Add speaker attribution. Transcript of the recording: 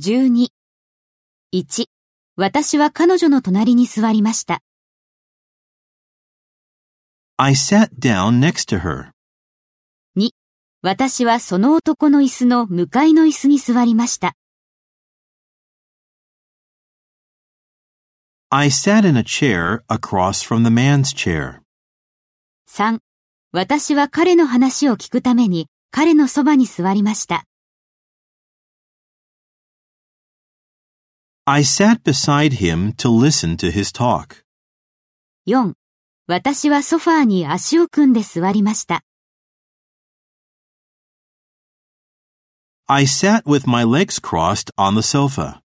Speaker 1: 12。1、私は彼女の隣に座りました。
Speaker 2: I sat down next to her.
Speaker 1: 私はその男の椅子の向かいの椅子に座りました。
Speaker 2: I sat in a chair across from the man's chair.
Speaker 1: 3、私は彼の話を聞くために彼のそばに座りました。
Speaker 2: I sat beside him to listen to his talk.
Speaker 1: 4、私はソファーに足を組んで座りました。
Speaker 2: I sat with my legs crossed on the sofa.